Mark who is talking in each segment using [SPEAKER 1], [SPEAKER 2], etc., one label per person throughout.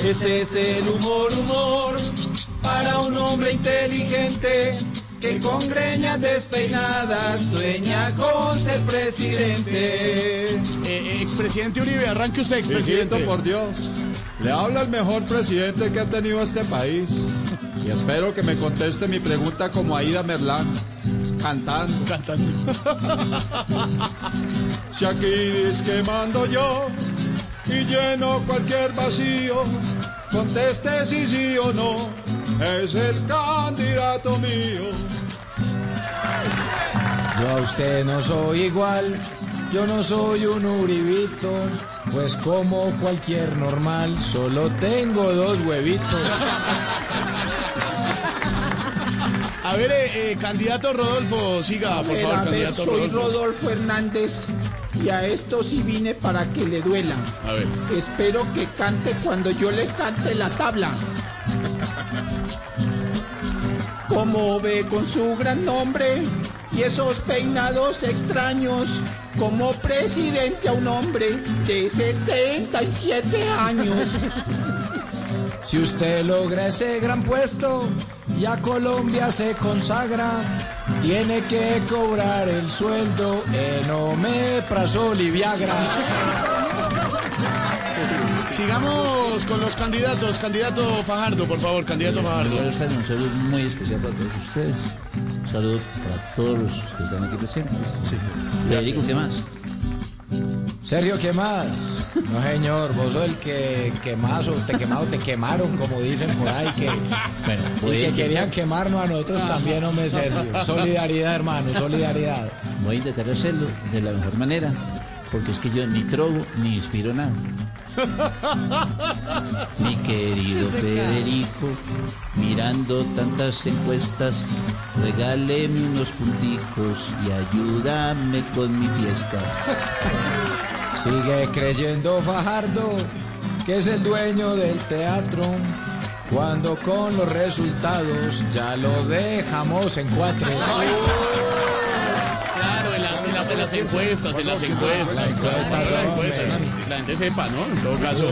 [SPEAKER 1] Ese es el humor, humor, para un hombre inteligente que con greñas despeinadas sueña con ser presidente.
[SPEAKER 2] Eh, expresidente Uribe, arranque usted, expresidente.
[SPEAKER 1] Hijito, por Dios, le habla el mejor presidente que ha tenido este país. Y espero que me conteste mi pregunta como Aida Merlán, cantando. Si aquí es que mando yo y lleno cualquier vacío, conteste si sí o no, es el candidato mío. Yo a usted no soy igual, yo no soy un uribito, pues como cualquier normal, solo tengo dos huevitos.
[SPEAKER 2] A ver, eh, eh, candidato Rodolfo, siga, por favor,
[SPEAKER 3] a ver,
[SPEAKER 2] candidato
[SPEAKER 3] soy
[SPEAKER 2] Rodolfo.
[SPEAKER 3] Rodolfo Hernández y a esto sí vine para que le duela.
[SPEAKER 2] A ver.
[SPEAKER 3] Espero que cante cuando yo le cante la tabla. Como ve con su gran nombre y esos peinados extraños, como presidente a un hombre de 77 años.
[SPEAKER 1] Si usted logra ese gran puesto y a Colombia se consagra, tiene que cobrar el sueldo en Omeprazol y Viagra.
[SPEAKER 2] Sigamos con los candidatos. Candidato Fajardo, por favor, candidato Fajardo.
[SPEAKER 4] Esta un saludo muy especial para todos ustedes. Un saludo para todos los que están aquí presentes. Sí. Federico, ¿qué más?
[SPEAKER 1] Sergio, ¿qué más? No, señor, vos sos el que quemazo, te quemado, te quemaron, como dicen por ahí, que,
[SPEAKER 4] Bueno,
[SPEAKER 1] y
[SPEAKER 4] voy,
[SPEAKER 1] que
[SPEAKER 4] a intentar,
[SPEAKER 1] querían quemarnos a nosotros también, hombre, Sergio. Solidaridad, hermano, solidaridad.
[SPEAKER 4] voy a intentar hacerlo de la mejor manera, porque es que yo ni trobo ni inspiro nada. Mi querido Federico, mirando tantas encuestas, regáleme unos punticos y ayúdame con mi fiesta.
[SPEAKER 1] Sigue creyendo Fajardo que es el dueño del teatro. Cuando con los resultados ya lo dejamos en cuatro.
[SPEAKER 2] Claro, en las, en las- en las encuestas, en las encuestas. claro, en las encuestas, ¿no? La gente sepa, ¿no? En todo caso.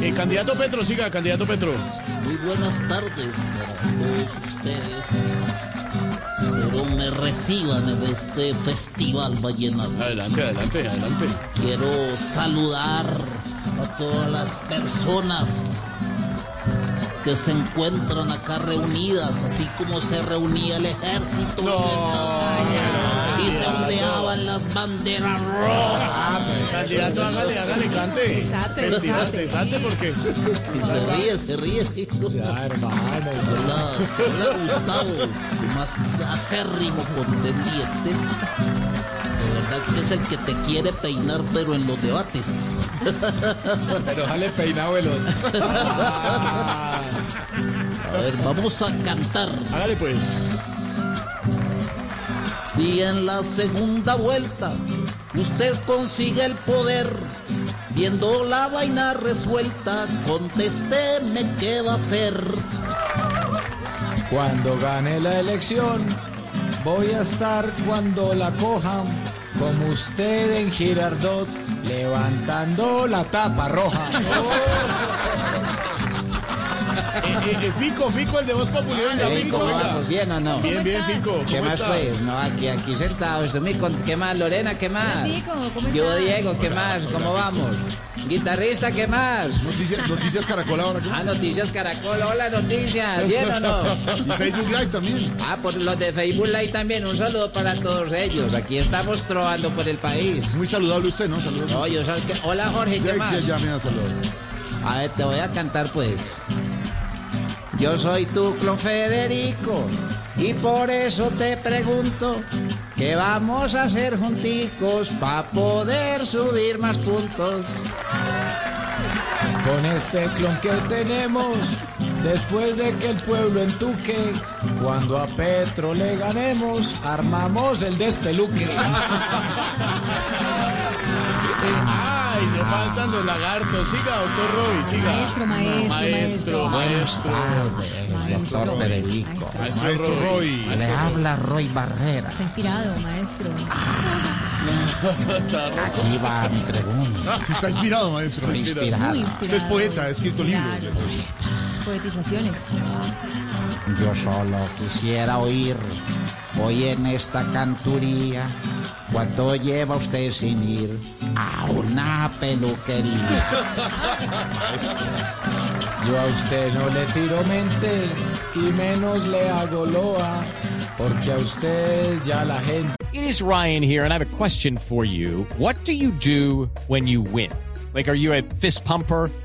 [SPEAKER 2] Eh, candidato Petro, siga, candidato Petro.
[SPEAKER 5] Muy buenas tardes para todos ustedes. Espero me reciban en este festival vallenato.
[SPEAKER 2] Adelante, adelante, adelante.
[SPEAKER 5] Quiero saludar a todas las personas que se encuentran acá reunidas, así como se reunía el ejército en la calle y se ondeaban las banderas rojas.
[SPEAKER 2] Candidato, hágale, hágale, cante.
[SPEAKER 6] Desate,
[SPEAKER 2] Festival,
[SPEAKER 6] desate.
[SPEAKER 2] desate, porque.
[SPEAKER 5] Y se ríe, se ríe.
[SPEAKER 1] Ya, hermano.
[SPEAKER 5] Hola, hola Gustavo, tu más acérrimo contendiente. De verdad que es el que te quiere peinar, pero en los debates.
[SPEAKER 1] Pero jale peinado el otro.
[SPEAKER 5] A ver, vamos a cantar.
[SPEAKER 2] Hágale, pues.
[SPEAKER 5] Si en la segunda vuelta usted consigue el poder, viendo la vaina resuelta, contésteme qué va a hacer.
[SPEAKER 1] Cuando gane la elección, voy a estar cuando la cojan, como usted en Girardot, levantando la tapa roja.
[SPEAKER 2] Eh, eh, eh, Fico, Fico, el de Voz Popular.
[SPEAKER 1] Ah,
[SPEAKER 2] venga, Fico,
[SPEAKER 4] ¿Cómo
[SPEAKER 2] venga.
[SPEAKER 4] vamos? ¿Bien o no?
[SPEAKER 2] Bien, bien, Fico.
[SPEAKER 4] ¿Qué
[SPEAKER 2] ¿cómo
[SPEAKER 4] más
[SPEAKER 2] estás?
[SPEAKER 4] pues? No, aquí, aquí sentado, estoy muy con- ¿Qué más, Lorena? ¿Qué más?
[SPEAKER 6] Diego, ¿cómo
[SPEAKER 4] Yo,
[SPEAKER 6] estás?
[SPEAKER 4] Diego, ¿qué más? ¿Cómo vamos? Guitarrista, ¿qué más?
[SPEAKER 7] Noticias, noticias Caracol ahora. ¿qué?
[SPEAKER 4] Ah, Noticias Caracol, hola Noticias, ¿bien o no?
[SPEAKER 7] Y Facebook Live también.
[SPEAKER 4] Ah, por los de Facebook Live también, un saludo para todos ellos. Aquí estamos trovando por el país.
[SPEAKER 7] Muy saludable usted, ¿no? Saludos.
[SPEAKER 4] No, yo sabes que. Hola Jorge, ¿qué
[SPEAKER 7] Ya- ya-
[SPEAKER 4] más?
[SPEAKER 7] ya me da saludos.
[SPEAKER 4] A ver, te voy a cantar pues. Yo soy tu clon Federico y por eso te pregunto
[SPEAKER 8] ¿Qué vamos a hacer junticos para poder subir más puntos?
[SPEAKER 3] Con este clon que tenemos, después de que el pueblo entuque, cuando a Petro le ganemos, armamos el despeluque.
[SPEAKER 8] Ah,
[SPEAKER 2] Eh,
[SPEAKER 1] Ay, no faltan los lagartos. Siga, doctor Roy, siga.
[SPEAKER 6] Maestro, maestro,
[SPEAKER 1] Maestro,
[SPEAKER 6] maestro.
[SPEAKER 1] maestro.
[SPEAKER 6] Maestro.
[SPEAKER 4] Doctor Federico.
[SPEAKER 6] Maestro.
[SPEAKER 9] Maestro Roy.
[SPEAKER 4] Le habla Roy Barrera.
[SPEAKER 6] Está inspirado, maestro.
[SPEAKER 4] Aquí va mi pregunta.
[SPEAKER 9] Ah, Está inspirado, maestro.
[SPEAKER 4] Estoy
[SPEAKER 6] Muy
[SPEAKER 4] inspirada.
[SPEAKER 6] inspirado.
[SPEAKER 9] Usted Ah, es poeta, ha escrito libros.
[SPEAKER 6] Claro, Poetizaciones.
[SPEAKER 4] Yo solo quisiera oír hoy en esta canturía cuánto lleva usted sin ir a una peluquería.
[SPEAKER 3] Yo a usted no le tiro mente y menos le hago loa, porque a usted ya la gente.
[SPEAKER 10] It is Ryan here, and I have a question for you. What do you do when you win? Like, are you a fist pumper?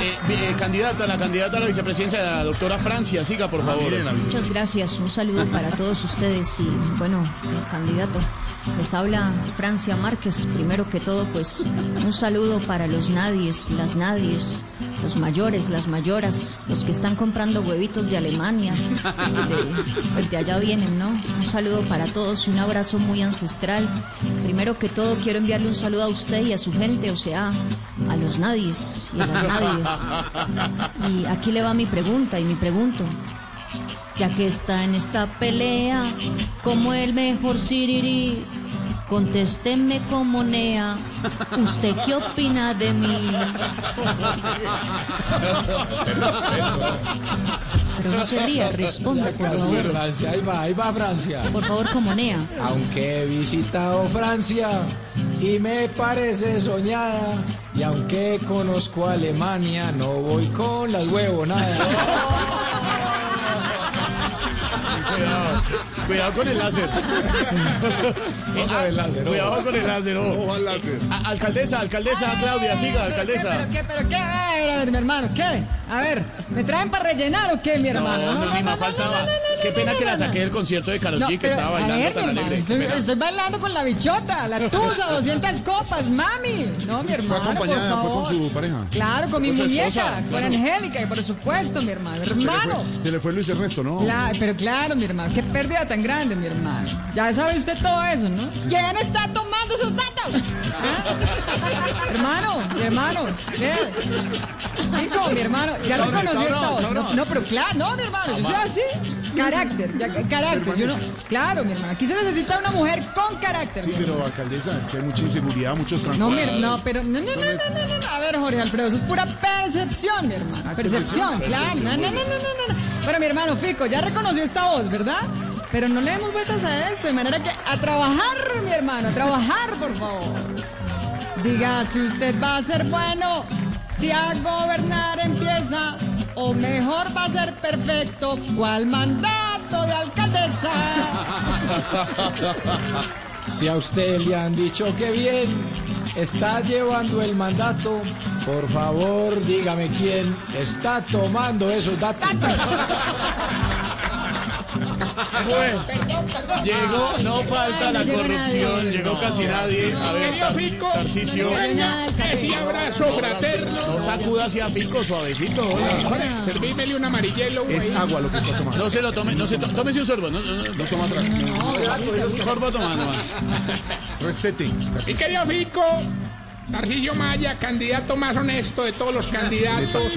[SPEAKER 1] Eh, eh, candidata, la candidata a la vicepresidencia, la doctora Francia, siga, por favor.
[SPEAKER 6] Muchas gracias, un saludo para todos ustedes y bueno, candidato, les habla Francia Márquez. Primero que todo, pues un saludo para los nadies, las nadies, los mayores, las mayoras, los que están comprando huevitos de Alemania, de- pues de allá vienen, ¿no? Un saludo para todos, un abrazo muy ancestral. Primero que todo, quiero enviarle un saludo a usted y a su gente, o sea, a los nadies y a las nadies. Y aquí le va mi pregunta y mi pregunto. Ya que está en esta pelea como el mejor sirirí, contésteme como Nea, ¿usted qué opina de mí? Pero no se ría, responda por favor,
[SPEAKER 3] Francia, ahí va, ahí va Francia.
[SPEAKER 6] por favor como Nea.
[SPEAKER 3] Aunque he visitado Francia y me parece soñada, y aunque conozco Alemania, no voy con las huevonadas.
[SPEAKER 1] Cuidado, cuidado con el láser.
[SPEAKER 3] Otra vez láser, oh.
[SPEAKER 1] Cuidado con el láser. oh.
[SPEAKER 9] Ojo al láser.
[SPEAKER 1] A- alcaldesa, alcaldesa, Claudia, siga, alcaldesa.
[SPEAKER 11] ¿Pero qué? ¿Pero qué? A ver, mi hermano, ¿qué? A ver, ¿me traen para rellenar o qué, mi hermano?
[SPEAKER 1] No, no, ni más faltaba. Qué pena que la saqué del concierto de Karol
[SPEAKER 11] No,
[SPEAKER 1] G, que
[SPEAKER 11] pero,
[SPEAKER 1] estaba
[SPEAKER 11] a
[SPEAKER 1] bailando
[SPEAKER 11] ver, mi
[SPEAKER 1] tan
[SPEAKER 11] hermano,
[SPEAKER 1] alegre.
[SPEAKER 11] estoy,
[SPEAKER 1] Qué pena.
[SPEAKER 11] estoy bailando con la bichota, la tusa, 200 copas, mami. No, mi hermano,
[SPEAKER 9] acompañada,
[SPEAKER 11] por
[SPEAKER 9] fue con
[SPEAKER 11] favor.
[SPEAKER 9] su pareja.
[SPEAKER 11] Claro, con mi
[SPEAKER 1] Con su
[SPEAKER 11] muñeca,
[SPEAKER 1] esposa,
[SPEAKER 11] con
[SPEAKER 1] claro.
[SPEAKER 11] Angélica, por supuesto, mi hermano.
[SPEAKER 9] Se le fue-
[SPEAKER 11] Hermano.
[SPEAKER 9] Se le fue Luis Ernesto, ¿no?
[SPEAKER 11] Cla- pero claro, mi hermano, qué pérdida tan grande, mi hermano. Ya sabe usted todo eso, ¿no? ¿Quién está tomando sus datos? ¿Ah? hermano, mi hermano, ¿qué? Nico, mi hermano, ya no
[SPEAKER 9] Está bravo,
[SPEAKER 11] conoció
[SPEAKER 9] está bravo,
[SPEAKER 11] esta
[SPEAKER 9] está
[SPEAKER 11] voz. No,
[SPEAKER 9] bravo.
[SPEAKER 11] no, pero claro, no, mi hermano, yo soy así. Carácter, ya, carácter. Yo no, claro, mi hermano, aquí se necesita una mujer con carácter.
[SPEAKER 9] Sí,
[SPEAKER 11] mi hermano.
[SPEAKER 9] pero alcaldesa, es que hay mucha inseguridad, muchos
[SPEAKER 11] No,
[SPEAKER 9] trancones.
[SPEAKER 11] mi, her- no, pero no, no, no, no, no, no, no. A ver, Jorge Alfredo, eso es pura percepción, mi hermano.
[SPEAKER 9] Ah,
[SPEAKER 11] Percepción,
[SPEAKER 9] percepción,
[SPEAKER 11] claro. No, no, no, no, no, no. Bueno, mi hermano Fico, ya reconoció esta voz, ¿verdad? Pero no le demos vueltas a esto, de manera que a trabajar, mi hermano, a trabajar, por favor. Diga si usted va a ser bueno, si a gobernar empieza, o mejor va a ser perfecto, cual mandato de alcaldesa.
[SPEAKER 3] Si a usted le han dicho que bien, está llevando el mandato, por favor dígame quién está tomando esos datos.
[SPEAKER 1] Llegó, no falta
[SPEAKER 6] Ay,
[SPEAKER 1] la
[SPEAKER 6] no llegó
[SPEAKER 1] corrupción,
[SPEAKER 6] nadie.
[SPEAKER 1] llegó casi nadie. A ver, Tar- Tarcisio.
[SPEAKER 6] abrazo
[SPEAKER 1] No sacuda hacia pico, suavecito. hola.
[SPEAKER 3] Servímele un amarillelo.
[SPEAKER 9] Es agua lo que está tomando.
[SPEAKER 1] No se lo tome, no se to- tómese un sorbo, no, no, no, no toma atrás. Un sorbo toma nomás.
[SPEAKER 9] Respete.
[SPEAKER 12] Mi querido Fico, Tarcillo Maya, candidato más honesto de todos los candidatos.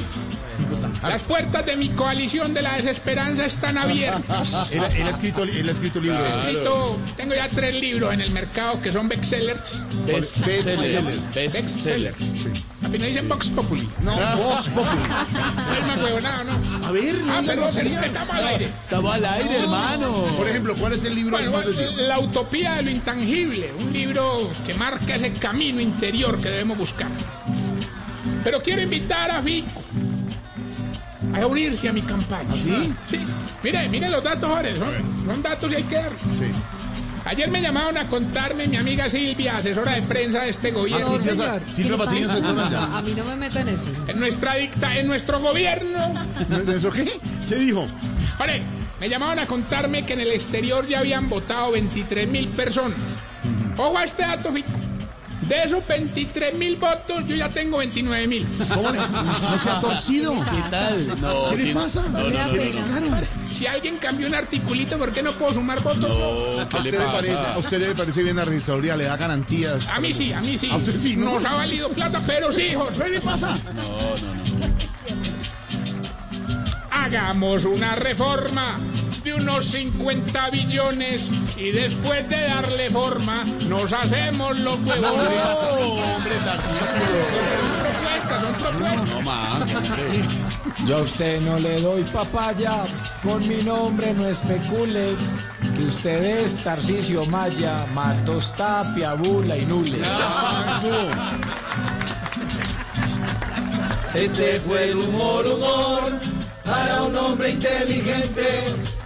[SPEAKER 12] Las puertas de mi coalición de la desesperanza están abiertas.
[SPEAKER 9] Él, él ha escrito, él ha escrito libros.
[SPEAKER 12] Escrito- tengo ya tres libros en el mercado que son bestsellers.
[SPEAKER 9] Best-
[SPEAKER 1] Bestsellers.
[SPEAKER 9] bestsellers.
[SPEAKER 1] Bestsellers.
[SPEAKER 12] Bestsellers. final dicen Vox Populi.
[SPEAKER 6] No, Vox Populi.
[SPEAKER 12] Es una huevonada, ¿no?
[SPEAKER 6] A ver,
[SPEAKER 12] Ah,
[SPEAKER 6] diga
[SPEAKER 12] perdón,
[SPEAKER 6] grosería.
[SPEAKER 12] estamos al aire.
[SPEAKER 6] Estaba al aire, hermano. Por ejemplo, ¿cuál es el libro
[SPEAKER 12] Bueno,
[SPEAKER 6] entonces de-
[SPEAKER 12] La utopía de lo intangible, un libro que marca ese camino interior que debemos buscar. Pero quiero invitar a Fico a unirse a mi campaña.
[SPEAKER 6] sí?
[SPEAKER 12] Sí. Mire, mire los datos, Jorge. Son, son datos y hay que dar. Ayer me llamaron a contarme mi amiga Silvia, asesora de prensa de este gobierno.
[SPEAKER 6] Ah, sí, César. Silvia Patiño es asesora ya.
[SPEAKER 13] A mí no me meto en eso.
[SPEAKER 12] En nuestra dicta, en nuestro gobierno.
[SPEAKER 6] ¿De ¿Eso qué? ¿Qué dijo?
[SPEAKER 12] Jorge, me llamaron a contarme que en el exterior ya habían votado 23 mil personas. Ojo a este dato, Fico. De esos 23 mil votos, yo ya tengo 29 mil.
[SPEAKER 6] ¿Cómo le- no se ha torcido? ¿Qué tal?
[SPEAKER 14] No,
[SPEAKER 6] ¿Qué
[SPEAKER 14] sí,
[SPEAKER 6] le pasa?
[SPEAKER 14] no, no, no,
[SPEAKER 6] ¿Qué les caro?
[SPEAKER 12] Si alguien cambió un articulito, ¿por qué no puedo sumar votos?
[SPEAKER 14] No,
[SPEAKER 6] ¿A
[SPEAKER 14] ¿qué le
[SPEAKER 6] usted, le parece,
[SPEAKER 14] pasa?
[SPEAKER 6] ¿A usted le parece bien la registraduría? ¿Le da garantías?
[SPEAKER 12] A mí sí, a mí sí.
[SPEAKER 6] A usted sí, ¿no?
[SPEAKER 12] Nos ha valido plata, pero sí, Jorge.
[SPEAKER 6] ¿Qué le pasa?
[SPEAKER 12] Hagamos una reforma de unos 50 billones y después de darle forma, nos hacemos los huevos.
[SPEAKER 14] Hombre, Tarcisio.
[SPEAKER 12] Son propuestas, son propuestas.
[SPEAKER 14] No más, hombre.
[SPEAKER 1] Yo a usted no le doy papaya, con mi nombre no especule, que usted es Tarcisio Maya, Matos Tapia, Bula y Nule.
[SPEAKER 15] Este fue el humor, humor, para un hombre inteligente